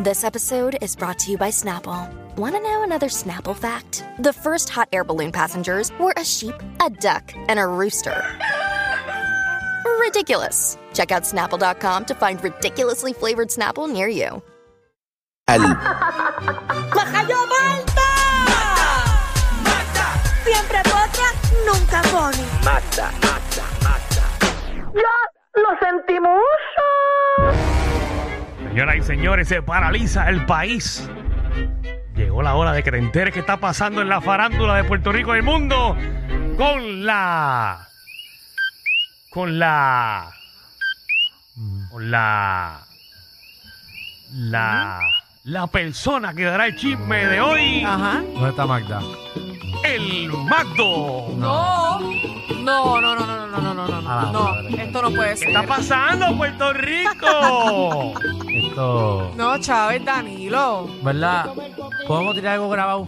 This episode is brought to you by Snapple. Want to know another Snapple fact? The first hot air balloon passengers were a sheep, a duck, and a rooster. Ridiculous. Check out snapple.com to find ridiculously flavored Snapple near you. ¡Baja yo, Malta! Siempre potra, nunca pone. ¡Ya lo sentimos! Señoras y señores, se paraliza el país. Llegó la hora de que te enteres qué está pasando en la farándula de Puerto Rico y el mundo con la. Con la. Con la. La. La persona que dará el chisme de hoy, Ajá. ¿Dónde está Magda? el Magdo. No. No, no, no, no, no, no, no, no, A la no. No, madre. esto no puede ¿Qué ser. está pasando, Puerto Rico? Esto. No, Chávez, Danilo. ¿Verdad? ¿Podemos tirar algo grabado?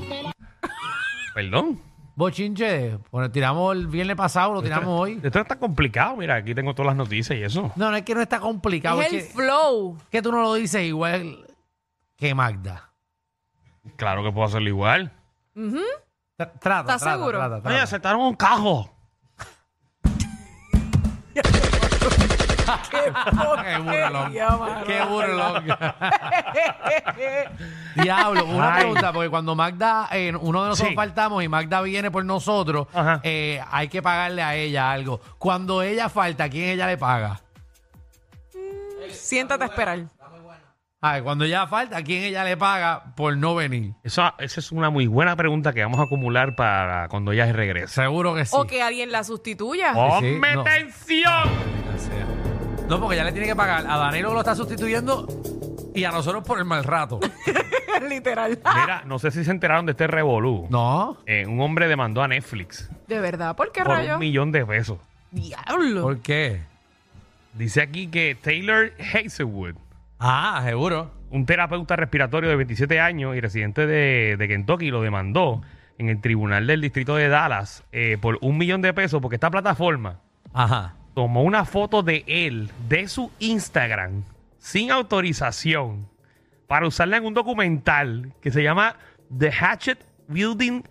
Perdón. Bochinche. Bueno, tiramos el viernes pasado, lo tiramos hoy. Esto está complicado. Mira, aquí tengo todas las noticias y eso. No, no es que no está complicado. Es Es, el que, flow. que tú no lo dices igual que Magda. Claro que puedo hacerlo igual. Tra- Trata, ¿Estás trata, seguro? trata, Oye, trata. aceptaron un cajo. Qué burlón. Porquería, mano. Qué burlón. Diablo, una Ay. pregunta, porque cuando Magda, eh, uno de nosotros Sí. faltamos y Magda viene por nosotros, Ajá. eh, hay que pagarle a ella algo. Cuando ella falta, ¿quién ella le paga? Siéntate a esperar. Ay, cuando ella falta, ¿a quién ella le paga por no venir? Esa, esa es una muy buena pregunta que vamos a acumular para cuando ella regrese. ¡Oh, Seguro que sí. O que alguien la sí, sustituya. ¡Ponme no. atención! O sea, No, porque ya le tiene que pagar a Danilo que lo está sustituyendo y a nosotros por el mal rato. Literal. Mira, no sé si se enteraron de este revolú. No, Eh, un hombre demandó a Netflix De verdad, ¿por qué por un rayos? millón de pesos. Diablo. ¿por qué? Dice aquí que Taylor Hazelwood, Ah, seguro. un terapeuta respiratorio de 27 años y residente de, de Kentucky, lo demandó en el tribunal del distrito de Dallas eh, por un millón de pesos porque esta plataforma Ajá. tomó una foto de él, de su Instagram, sin autorización, para usarla en un documental que se llama The Hatchet Building,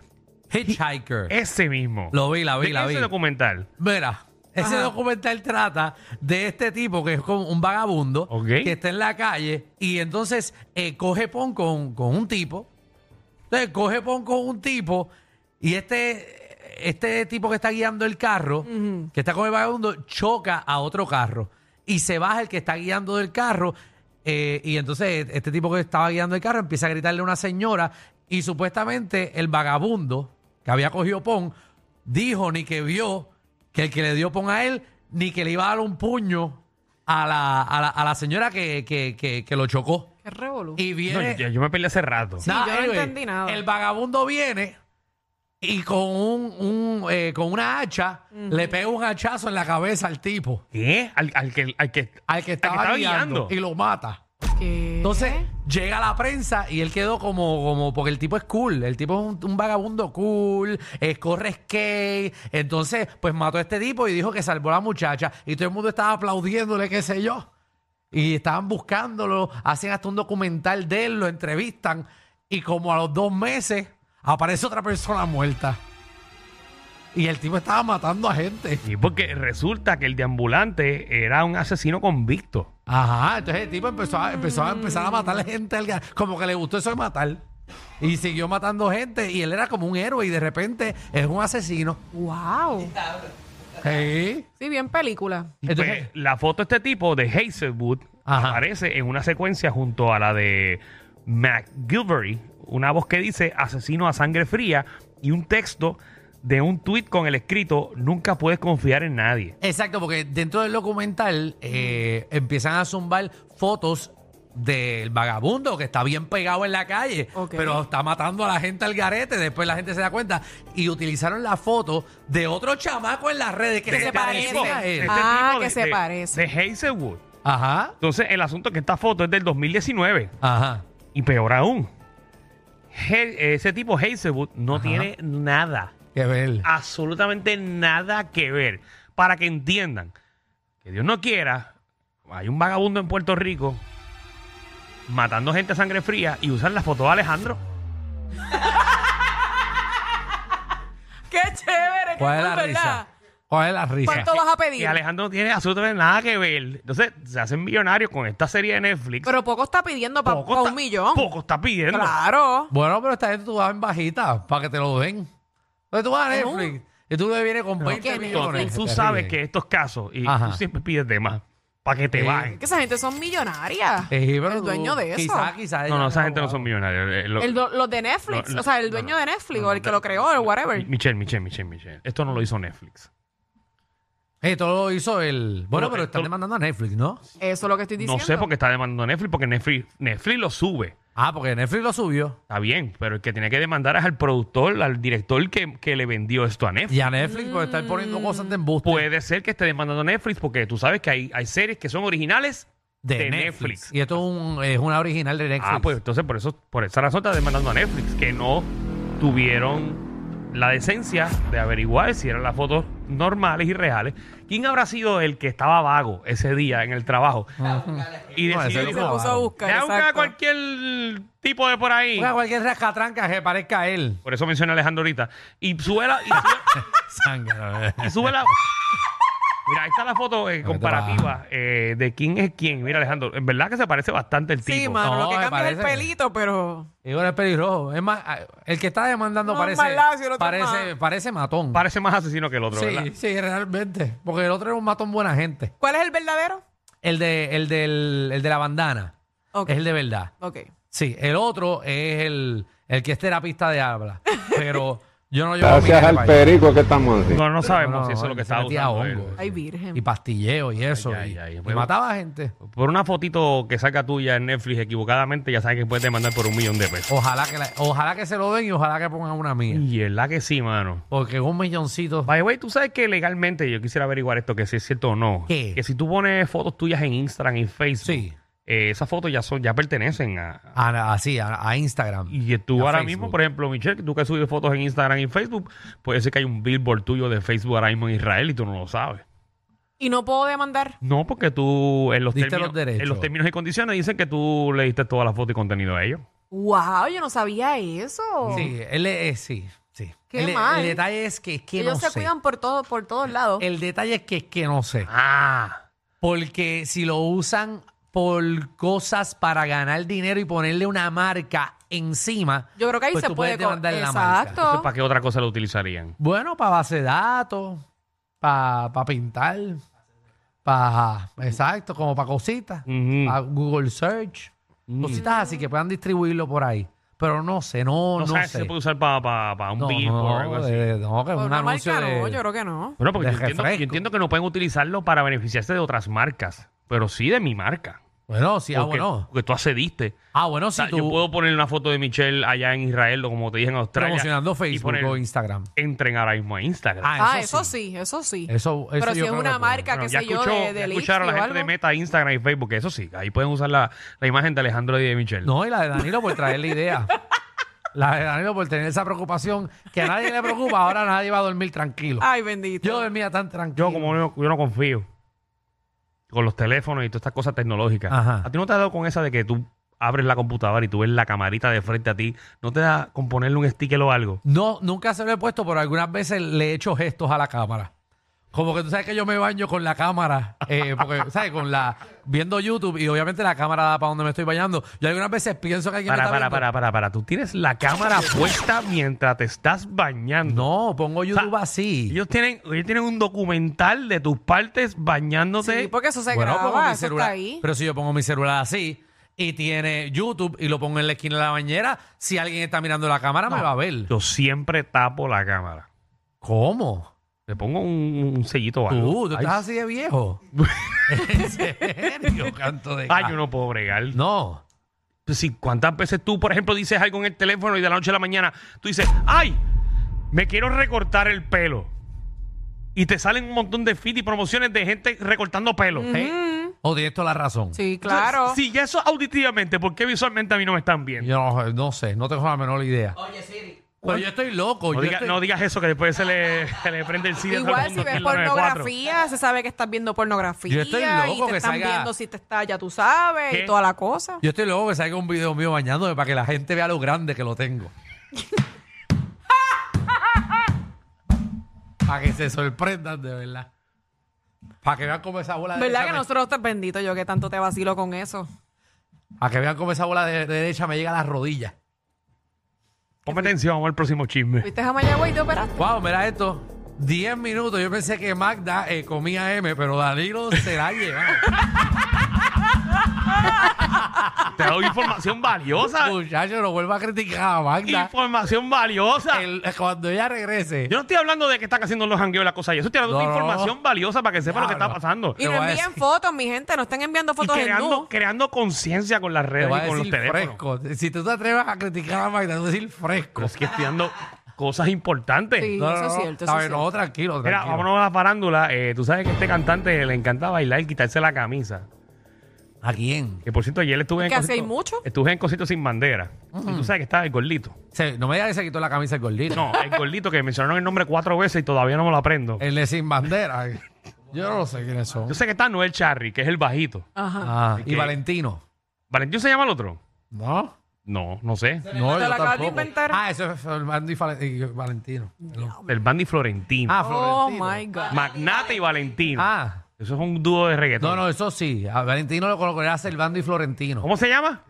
Hitchhiker. ese mismo. Lo vi, la vi, ¿De la qué es vi. Eh, Ese documental. Mira, ese Ajá. documental trata de este tipo que es como un vagabundo Ok. que está en la calle y entonces eh, coge pon con, con un tipo. Entonces coge pon con un tipo y este, este tipo que está guiando el carro, que está con el vagabundo, choca a otro carro y se baja el que está guiando del carro. eh, y entonces este tipo que estaba guiando el carro empieza a gritarle a una señora y supuestamente el vagabundo que había cogido pon dijo ni que vio que el que le dio pon a él ni que le iba a dar un puño a la, a la, a la señora que, que- que- que lo chocó. Qué revolú. Y No, viene... yo, yo me peleé hace rato. Sí, yo no entendí nada. El vagabundo viene y con un, un, eh, con una hacha le pega un hachazo en la cabeza al tipo, ¿Qué? Al, al que, al que- al que estaba, estaba guiando. guiando, y lo mata. ¿Qué? Entonces llega la prensa y él quedó como, como porque el tipo es cool, el tipo es un, un vagabundo cool, eh, corre skate, entonces pues mató a este tipo y dijo que salvó a la muchacha y todo el mundo estaba aplaudiéndole, qué sé yo. Y estaban buscándolo, hacen hasta un documental de él, lo entrevistan y como a los dos meses aparece otra persona muerta. Y el tipo estaba matando a gente. Y porque resulta que el deambulante era un asesino convicto. Ajá, entonces el tipo empezó a, empezó a empezar a matar a la gente, al ga- como que le gustó eso de matar. Y siguió matando gente y él era como un héroe y de repente es un asesino. Wow. Sí. Sí, bien película. Y pues, Entonces- la foto de este tipo de Hazelwood Ajá. aparece en una secuencia junto a la de McGilvery, una voz que dice asesino a sangre fría y un texto de un tuit con el escrito nunca puedes confiar en nadie. Exacto, porque dentro del documental eh, empiezan a zumbar fotos del vagabundo que está bien pegado en la calle, Ok. pero está matando a la gente al garete, después la gente se da cuenta y utilizaron la foto de otro chamaco en las redes que Este Que se se parece. parecía a él. Este- Ah, que se parece. De Hazelwood. Ajá, Entonces el asunto es que esta foto es del 2019 ajá. y peor aún. He- ese tipo Hazelwood no Ajá. tiene nada Qué ver. absolutamente nada que ver. Para que entiendan que Dios no quiera, hay un vagabundo en Puerto Rico matando gente a sangre fría y usan la foto de Alejandro. ¡Qué ¿Cuál chévere! qué es la cool, ¿verdad? risa? ¿Cuál es la risa? ¿Cuánto vas a Y pedir? Alejandro no tiene absolutamente nada que ver. Entonces se hacen millonarios con esta serie de Netflix. Pero poco está pidiendo para Poco está- un millón. Poco está pidiendo. Claro. Bueno, pero esta gente tú vas en bajita para que te lo den. Entonces tú vas a Netflix y tú le vienes con 20 ¿quién es? millones. Tú Te sabes ríes. que estos casos, y tú Ajá. siempre pides de más para que te Sí. bajen. Que esa gente son millonarias. Sí, pero el tú- dueño de eso. Quizá, quizá. No, ella no, esa haya gente no jugado. son millonarios. Eh, lo- El do- los de Netflix. No, no, o sea, el no, dueño no, de Netflix o el que lo creó o whatever. Michelle, Michelle, Michelle, Michelle. Esto no lo hizo Netflix. Eh, Esto lo hizo el. Bueno, Pero esto- pero están demandando a Netflix, ¿no? Eso es lo que estoy diciendo. No sé por qué está demandando a Netflix, porque Netflix, Netflix lo sube. Ah, porque Netflix lo subió. Está bien, pero el que tiene que demandar es al productor, al director que, que le vendió esto a Netflix. Y este- a Netflix por estar Mm, poniendo cosas de embuste. Puede ser que esté demandando a Netflix, porque tú sabes que hay, hay series que son originales de, Netflix. Y esto es, un- es una original de Netflix. Ah, pues entonces por eso, por esa razón está demandando a Netflix, que no tuvieron la decencia de averiguar si eran las fotos normales y reales. ¿Quién habrá sido el que estaba vago ese día en el trabajo? Y No, ese decidió, no Se dijo, fue. puso a Claro. buscar. "Le hago a exacto. cualquier tipo de por ahí. Ponga cualquier rascatranca que parezca a él. Por eso menciona a Alejandro ahorita. Y sube la, y sube, Sangre. y sube la- Mira, ahí está la foto eh, comparativa eh, de quién es quién. Mira, Alejandro, en verdad que se parece bastante el tipo. Sí, mano, No, lo que me cambia es el parece que- pelito, pero. Y ahora es pelirrojo. Es más, ah, el que está demandando No, es parece, más lacio, el otro es parece, más- parece matón. Parece más asesino que el otro, ¿verdad? sí, sí, realmente. Porque el otro es un matón buena gente. ¿Cuál es el verdadero? El de, el del, el de la bandana. Ok. Es el de verdad. Ok. Sí, el otro es el, el que es terapista de habla. Pero yo no llevo a mi Gracias gente al pa' allá. perico que estamos así. No, no sabemos No, no, si eso es lo que se estaba metía usando. hongo. él. Ay, virgen. Y pastilleo y eso. ay, y, ay, y pues- mataba gente. Por una fotito que saca tuya en Netflix equivocadamente, ya sabes que puedes demandar por un millón de pesos. Ojalá que, la- ojalá que se lo den y ojalá que pongan una mía. Y es la que sí, mano. Porque un milloncito. By the way, tú sabes que legalmente, yo quisiera averiguar esto, que si es cierto o no. ¿Qué? Que si tú pones fotos tuyas en Instagram y Facebook, Sí. eh, esas fotos ya son, ya pertenecen a... a- Así, a, a Instagram. Y tú A ahora Facebook. mismo, por ejemplo, Michelle, tú que subes fotos en Instagram y Facebook, puede ser que hay un billboard tuyo de Facebook ahora mismo en Israel y tú no lo sabes. Y no puedo demandar. No, porque tú en los, Diste términos, los derechos. en los términos y condiciones dicen que tú le diste todas las fotos y contenido a ellos. ¡Wow! Yo no sabía eso. Sí, él es, eh, sí, sí. Qué el, mal. el detalle es que, es que Ellos no se sé. cuidan por, todo, por todos lados. El detalle es que es que no sé. Ah. Porque si lo usan por cosas para ganar dinero y ponerle una marca encima, Yo creo que ahí pues se tú puede. puedes demandar co- la Exacto. marca. Entonces, ¿Para qué otra cosa lo utilizarían? Bueno, para base de datos, para pintar, para exacto, como para cositas, Ujú. para Google Search, Mm. cositas así que puedan distribuirlo por ahí. Pero no sé, no, No, no, sabes si sé. se puede usar para un No, billboard no, o algo así. de- no, que es Por un Pues una anuncio marca no, de- yo creo que no. Bueno, porque de yo entiendo, yo refresco. entiendo que no pueden utilizarlo para beneficiarse de otras marcas, pero sí de mi marca. Bueno, sí, ah, porque, bueno. porque tú accediste. Ah, bueno, O si sea, tú yo puedo poner una foto de Michelle allá en Israel, o como te dije en Australia. promocionando y Facebook poner, o Instagram. Entren ahora mismo a Instagram. Ah, eso sí, eso sí. Eso- eso Pero yo si es creo una que- marca, Bueno, qué ya sé yo, escuchó, de, ya de escucharon a la Lipsy o gente de algo. Meta, Instagram y Facebook, que eso sí, ahí pueden usar la, la imagen de Alejandro y de Michelle. No, y la de Danilo por traer la idea. La de Danilo por tener esa preocupación que a nadie le preocupa, ahora nadie va a dormir tranquilo. Ay, bendito. Yo dormía tan tranquilo. Yo como no, yo no confío con los teléfonos y todas estas cosas tecnológicas. Ajá. ¿A ti no te has dado con esa de que tú abres la computadora y tú ves la camarita de frente a ti? ¿No te da con ponerle un sticker o algo? No, nunca se lo he puesto, pero algunas veces le he hecho gestos a la cámara. Como que tú sabes que yo me baño con la cámara, eh, porque, ¿sabes? Con la, viendo YouTube y obviamente la cámara da para donde me estoy bañando. Yo algunas veces pienso que alguien me Para, está para, para, viendo. para, para. Tú tienes la cámara puesta mientras te estás bañando. No, pongo sea, YouTube así. Ellos tienen, ellos tienen un documental de tus partes bañándote. Sí, porque eso se Bueno, pongo graba, mi eso celular. está ahí. Pero si yo pongo mi celular así y tiene YouTube y lo pongo en la esquina de la bañera, si alguien está mirando la cámara me va a ver. Yo siempre tapo la cámara. ¿Cómo? Le pongo un, un sellito o algo. Tú, tú Ay, estás así de viejo. en serio, canto de ay, ca- yo no puedo bregar. No. Pues sí, ¿cuántas veces tú, por ejemplo, dices algo en el teléfono y de la noche a la mañana tú dices, ¡ay! Me quiero recortar el pelo. Y te salen un montón de fit y promociones de gente recortando pelo. ¿Eh? O tienes toda la razón. Sí, Entonces, claro. Si ya eso auditivamente, ¿por qué visualmente a mí no me están viendo? Yo no, no sé, no tengo la menor idea. Oye, Siri. Pero yo estoy No, loco. yo diga- estoy- no digas eso, que después se le, se le prende el cine. a todo el Igual mundo si aquí ves en la 94. pornografía, se sabe que estás viendo pornografía. Yo estoy loco y te que están salga- viendo si te está, ya tú sabes, ¿Qué? y toda la cosa. Yo estoy loco que salga un video mío bañándome para que la gente vea lo grande que lo tengo. para que se sorprendan de verdad. Para que vean cómo esa bola ¿Verdad derecha que me- nosotros te bendito yo que tanto te vacilo con eso? Para que vean cómo esa bola de- derecha me llega a las rodillas. Ponme atención, vamos al próximo chisme. ¿Viste a Mayagüey y te operaste? Wow, mira esto. 10 minutos. Yo pensé que Magda eh, comía M, pero Danilo se la lleva. Te doy información valiosa. Muchacho, no vuelva a criticar a Magda. información valiosa. El- cuando ella regrese. Yo no estoy hablando de que están haciendo los jangueos y la cosa. Yo estoy hablando de No, no, información valiosa para que sepa lo que está Diablo. pasando. te Y no voy a envíen decir- fotos, mi gente, no están enviando Y fotos en creando, creando conciencia con las te redes voy y a con los decir teléfonos. fresco. Si tú te atreves a criticar a Magda, te voy a decir fresco. Pero es que estoy dando cosas importantes. Sí, eso es cierto, eso Sabe, es cierto. No, tranquilo, Mira, tranquilo. vámonos a la farándula. Eh, tú sabes que a este cantante le encanta bailar y quitarse la camisa. ¿A quién? Que por cierto, ayer estuve en Que hace concierto- hay mucho. Estuve en Cosito sin bandera. Y Mm. tú sabes que está el gordito. Se- no me digas que se quitó la camisa el gordito. No, el gordito que mencionaron el nombre cuatro veces y todavía no me lo aprendo. El de sin bandera. Yo no sé quiénes son. Yo sé que está Noel Charry, que es el bajito. Ajá. Ah, y ¿Qué? Valentino. ¿Valentino se llama el otro? ¿No? No, no sé. No, Te yo la acabas de tampoco. inventar. Ah, eso es Fernando y, Fale- y Valentino. El Bandy Florentino. Ah, Oh Florentino. my God. Magnate y Valentino. Ah, Eso es un dúo de reggaetón. no, no, eso sí. A Valentino lo colocaría Servando y Florentino. ¿Cómo se llama?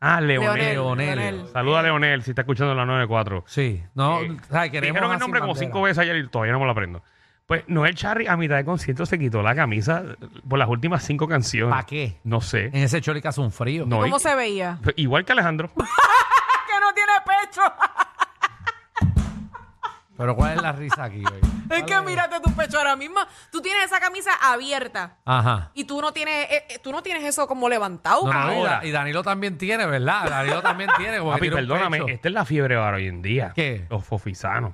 Ah, Leonel. Leonel. Leonel. Leonel. Saluda a Leonel si está escuchando la 94. Sí, no, Eh, ay, queremos Dijeron a el Sin nombre como Bandera. cinco veces ayer y todavía no me lo aprendo. Pues Noel Charry a mitad de concierto se quitó la camisa por las últimas cinco canciones. ¿Para qué? No sé. En ese chorica hace un frío. No, ¿Cómo y- se veía? Igual que Alejandro. ¡Que no tiene pecho! Pero ¿cuál es la risa aquí? güey? es que mírate tu pecho ahora mismo. Tú tienes esa camisa abierta Ajá. y tú no tienes, eh, eh, tú no tienes eso como levantado. No, no, no, y, Ahora. Da- y Danilo también tiene, ¿verdad? Danilo también tiene. como que Papi, tiene un perdóname, pecho. esta es la fiebre ahora hoy en día. ¿Qué? Los fofisanos.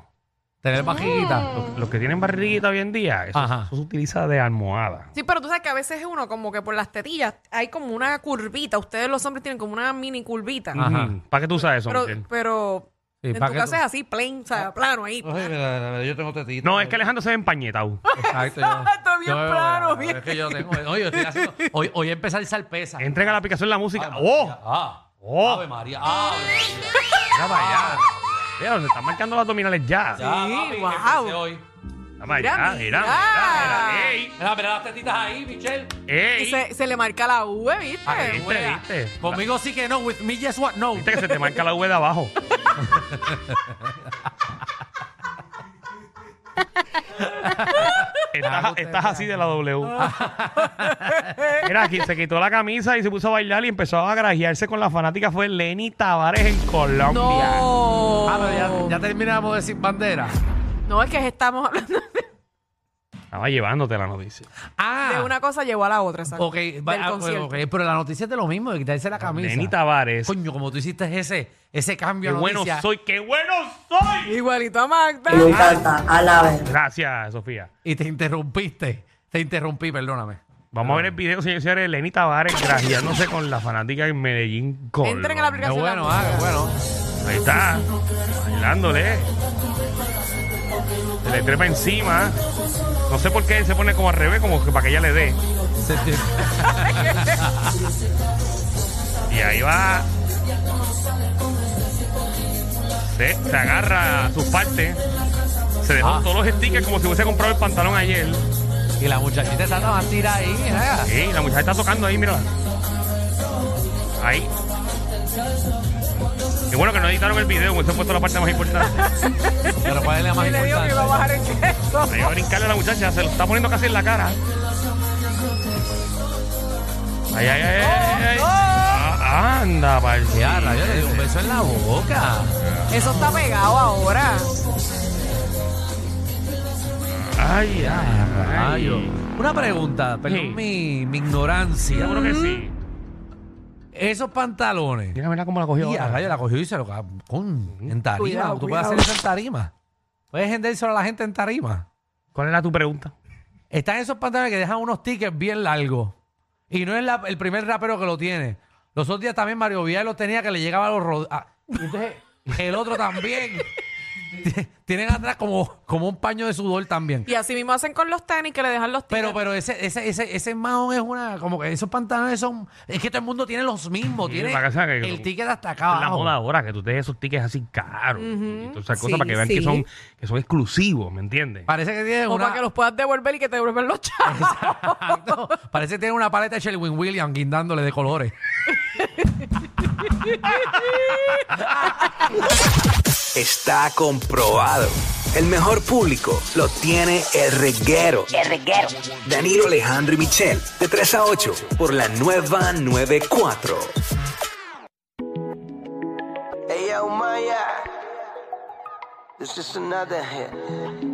Tener bajita. Los, los que tienen barriguita hoy en día, eso, Ajá. eso se utiliza de almohada. Sí, pero tú sabes que a veces uno como que por las tetillas hay como una curvita. Ustedes los hombres tienen como una mini curvita. Ajá. ¿Para Mm, qué tú sabes eso, Pero, Michelle? pero Sí, en ¿pa' tu qué caso tú- Ah. es así, plain, o sea, plano ahí. Ay, mira, mira, mira, yo tengo tetita. No, es que Alejandro se ve empañetado. Exacto. yo- Está bien yo me voy a- plano, bien. Es que yo tengo. Oye, yo estoy haciendo- hoy, hoy empecé a alzar pesa. Entrega la aplicación la música. Ave María, ¡Oh! ¡Ah! ¡Oh! ¡Ave María! Ah, ¡Ave María! ¡Mira para allá! Mira, se están marcando las dominales ya. Ya, papi, que wow. empecé hoy. Mira, para allá, Mira, mira, mira. mira, mira. ¡Ey! Mira, mira las tetitas ahí, Michelle. Y ¡Ey! se, se le marca la V, Ah, ¿viste? Para que ¿Viste, juega. viste? Conmigo sí que no. With me, yes, what? No. Viste que se te marca la V de abajo. estás, estás así de la W. Mira, aquí se quitó la camisa y se puso a bailar y empezó a grajearse con la fanática. Fue Lenny Tavares en Colombia. No. Ah, pero ya, ya terminamos de sin bandera. No, es que estamos hablando de- Estaba llevándote la noticia. Ah. de una cosa llevó a la otra, ¿sabes? Ok, va- ah, concierto. ok, pero la noticia es de lo mismo, de quitarse la camisa. Lenny Tavares. Coño, como tú hiciste ese, ese cambio ¡Qué a bueno noticia. soy! ¡Qué bueno soy! Igualito a Magda. Me encanta, alaben. Gracias, Sofía. Y te interrumpiste. Te interrumpí, perdóname. Vamos a ver el video, señores y señores. Lenny Tavares grajeándose con la fanática en Medellín. Colombia. Entren a la Qué aplicación. bueno, ah, qué bueno. Ahí está, bailándole. Se le trepa encima. No sé por qué él se pone como al revés, como que para que ella le dé. Se te- Y ahí va. Se, se agarra sus partes. Se dejó Ah. todos los stickers como si hubiese comprado el pantalón ayer. Y la muchachita está tan tira ahí. ¿eh? Sí, la muchacha está tocando ahí, mírala. Ahí. Y bueno que no editaron el video, porque se han puesto la parte más importante. Pero cuál es la ah, más Y le digo que iba a importante. bajar el queso. Ahí va a brincarle a la muchacha, se lo está poniendo casi en la cara. Ay, ay, ay, ay, ay. Ah, anda, Ya, parcial. rayo, le di un beso en la boca. Eso está pegado ahora. Ay, ay, Rayo. ay. Una pregunta, perdón Sí. mi, mi ignorancia. Seguro que sí. Esos pantalones. Mira, mira cómo la cogió. Y a ahora. rayo la cogió y se lo ca- con, en tarima. Cuidado, Tú cuidado. puedes hacer eso en tarima. Puedes vendérselo a la gente en tarima. ¿Cuál era tu pregunta? Están esos pantalones que dejan unos tickets bien largos. Y no es la- el primer rapero que lo tiene. Los otros días también Mario Vidal los tenía que le llegaba a los rodajes. ah, Entonces, el otro también. T- Tienen atrás como, como un paño de sudor también. Y así mismo hacen con los tenis que le dejan los tenis. Pero, pero ese, ese, ese, ese mahón es una, como que esos pantalones son, es que todo el mundo tiene los mismos, Sí, tiene para que sea que- el ticket hasta acá Es la abajo. moda ahora, que tú te des esos tickets así caros. y todas esas cosas sí, para que vean que, sí. son, que son exclusivos, ¿me entiendes? Parece que tiene o una, para que los puedas devolver y que te devuelvan los chavos. Exacto. parece que tiene una paleta de Sherwin Williams guindándole de colores. Está comprobado. El mejor público lo tiene el reguero. El reguero. Danilo Alejandro y Michel, de 3 a 8, por la nueva 94. Hey yo, Maya. It's just another hit.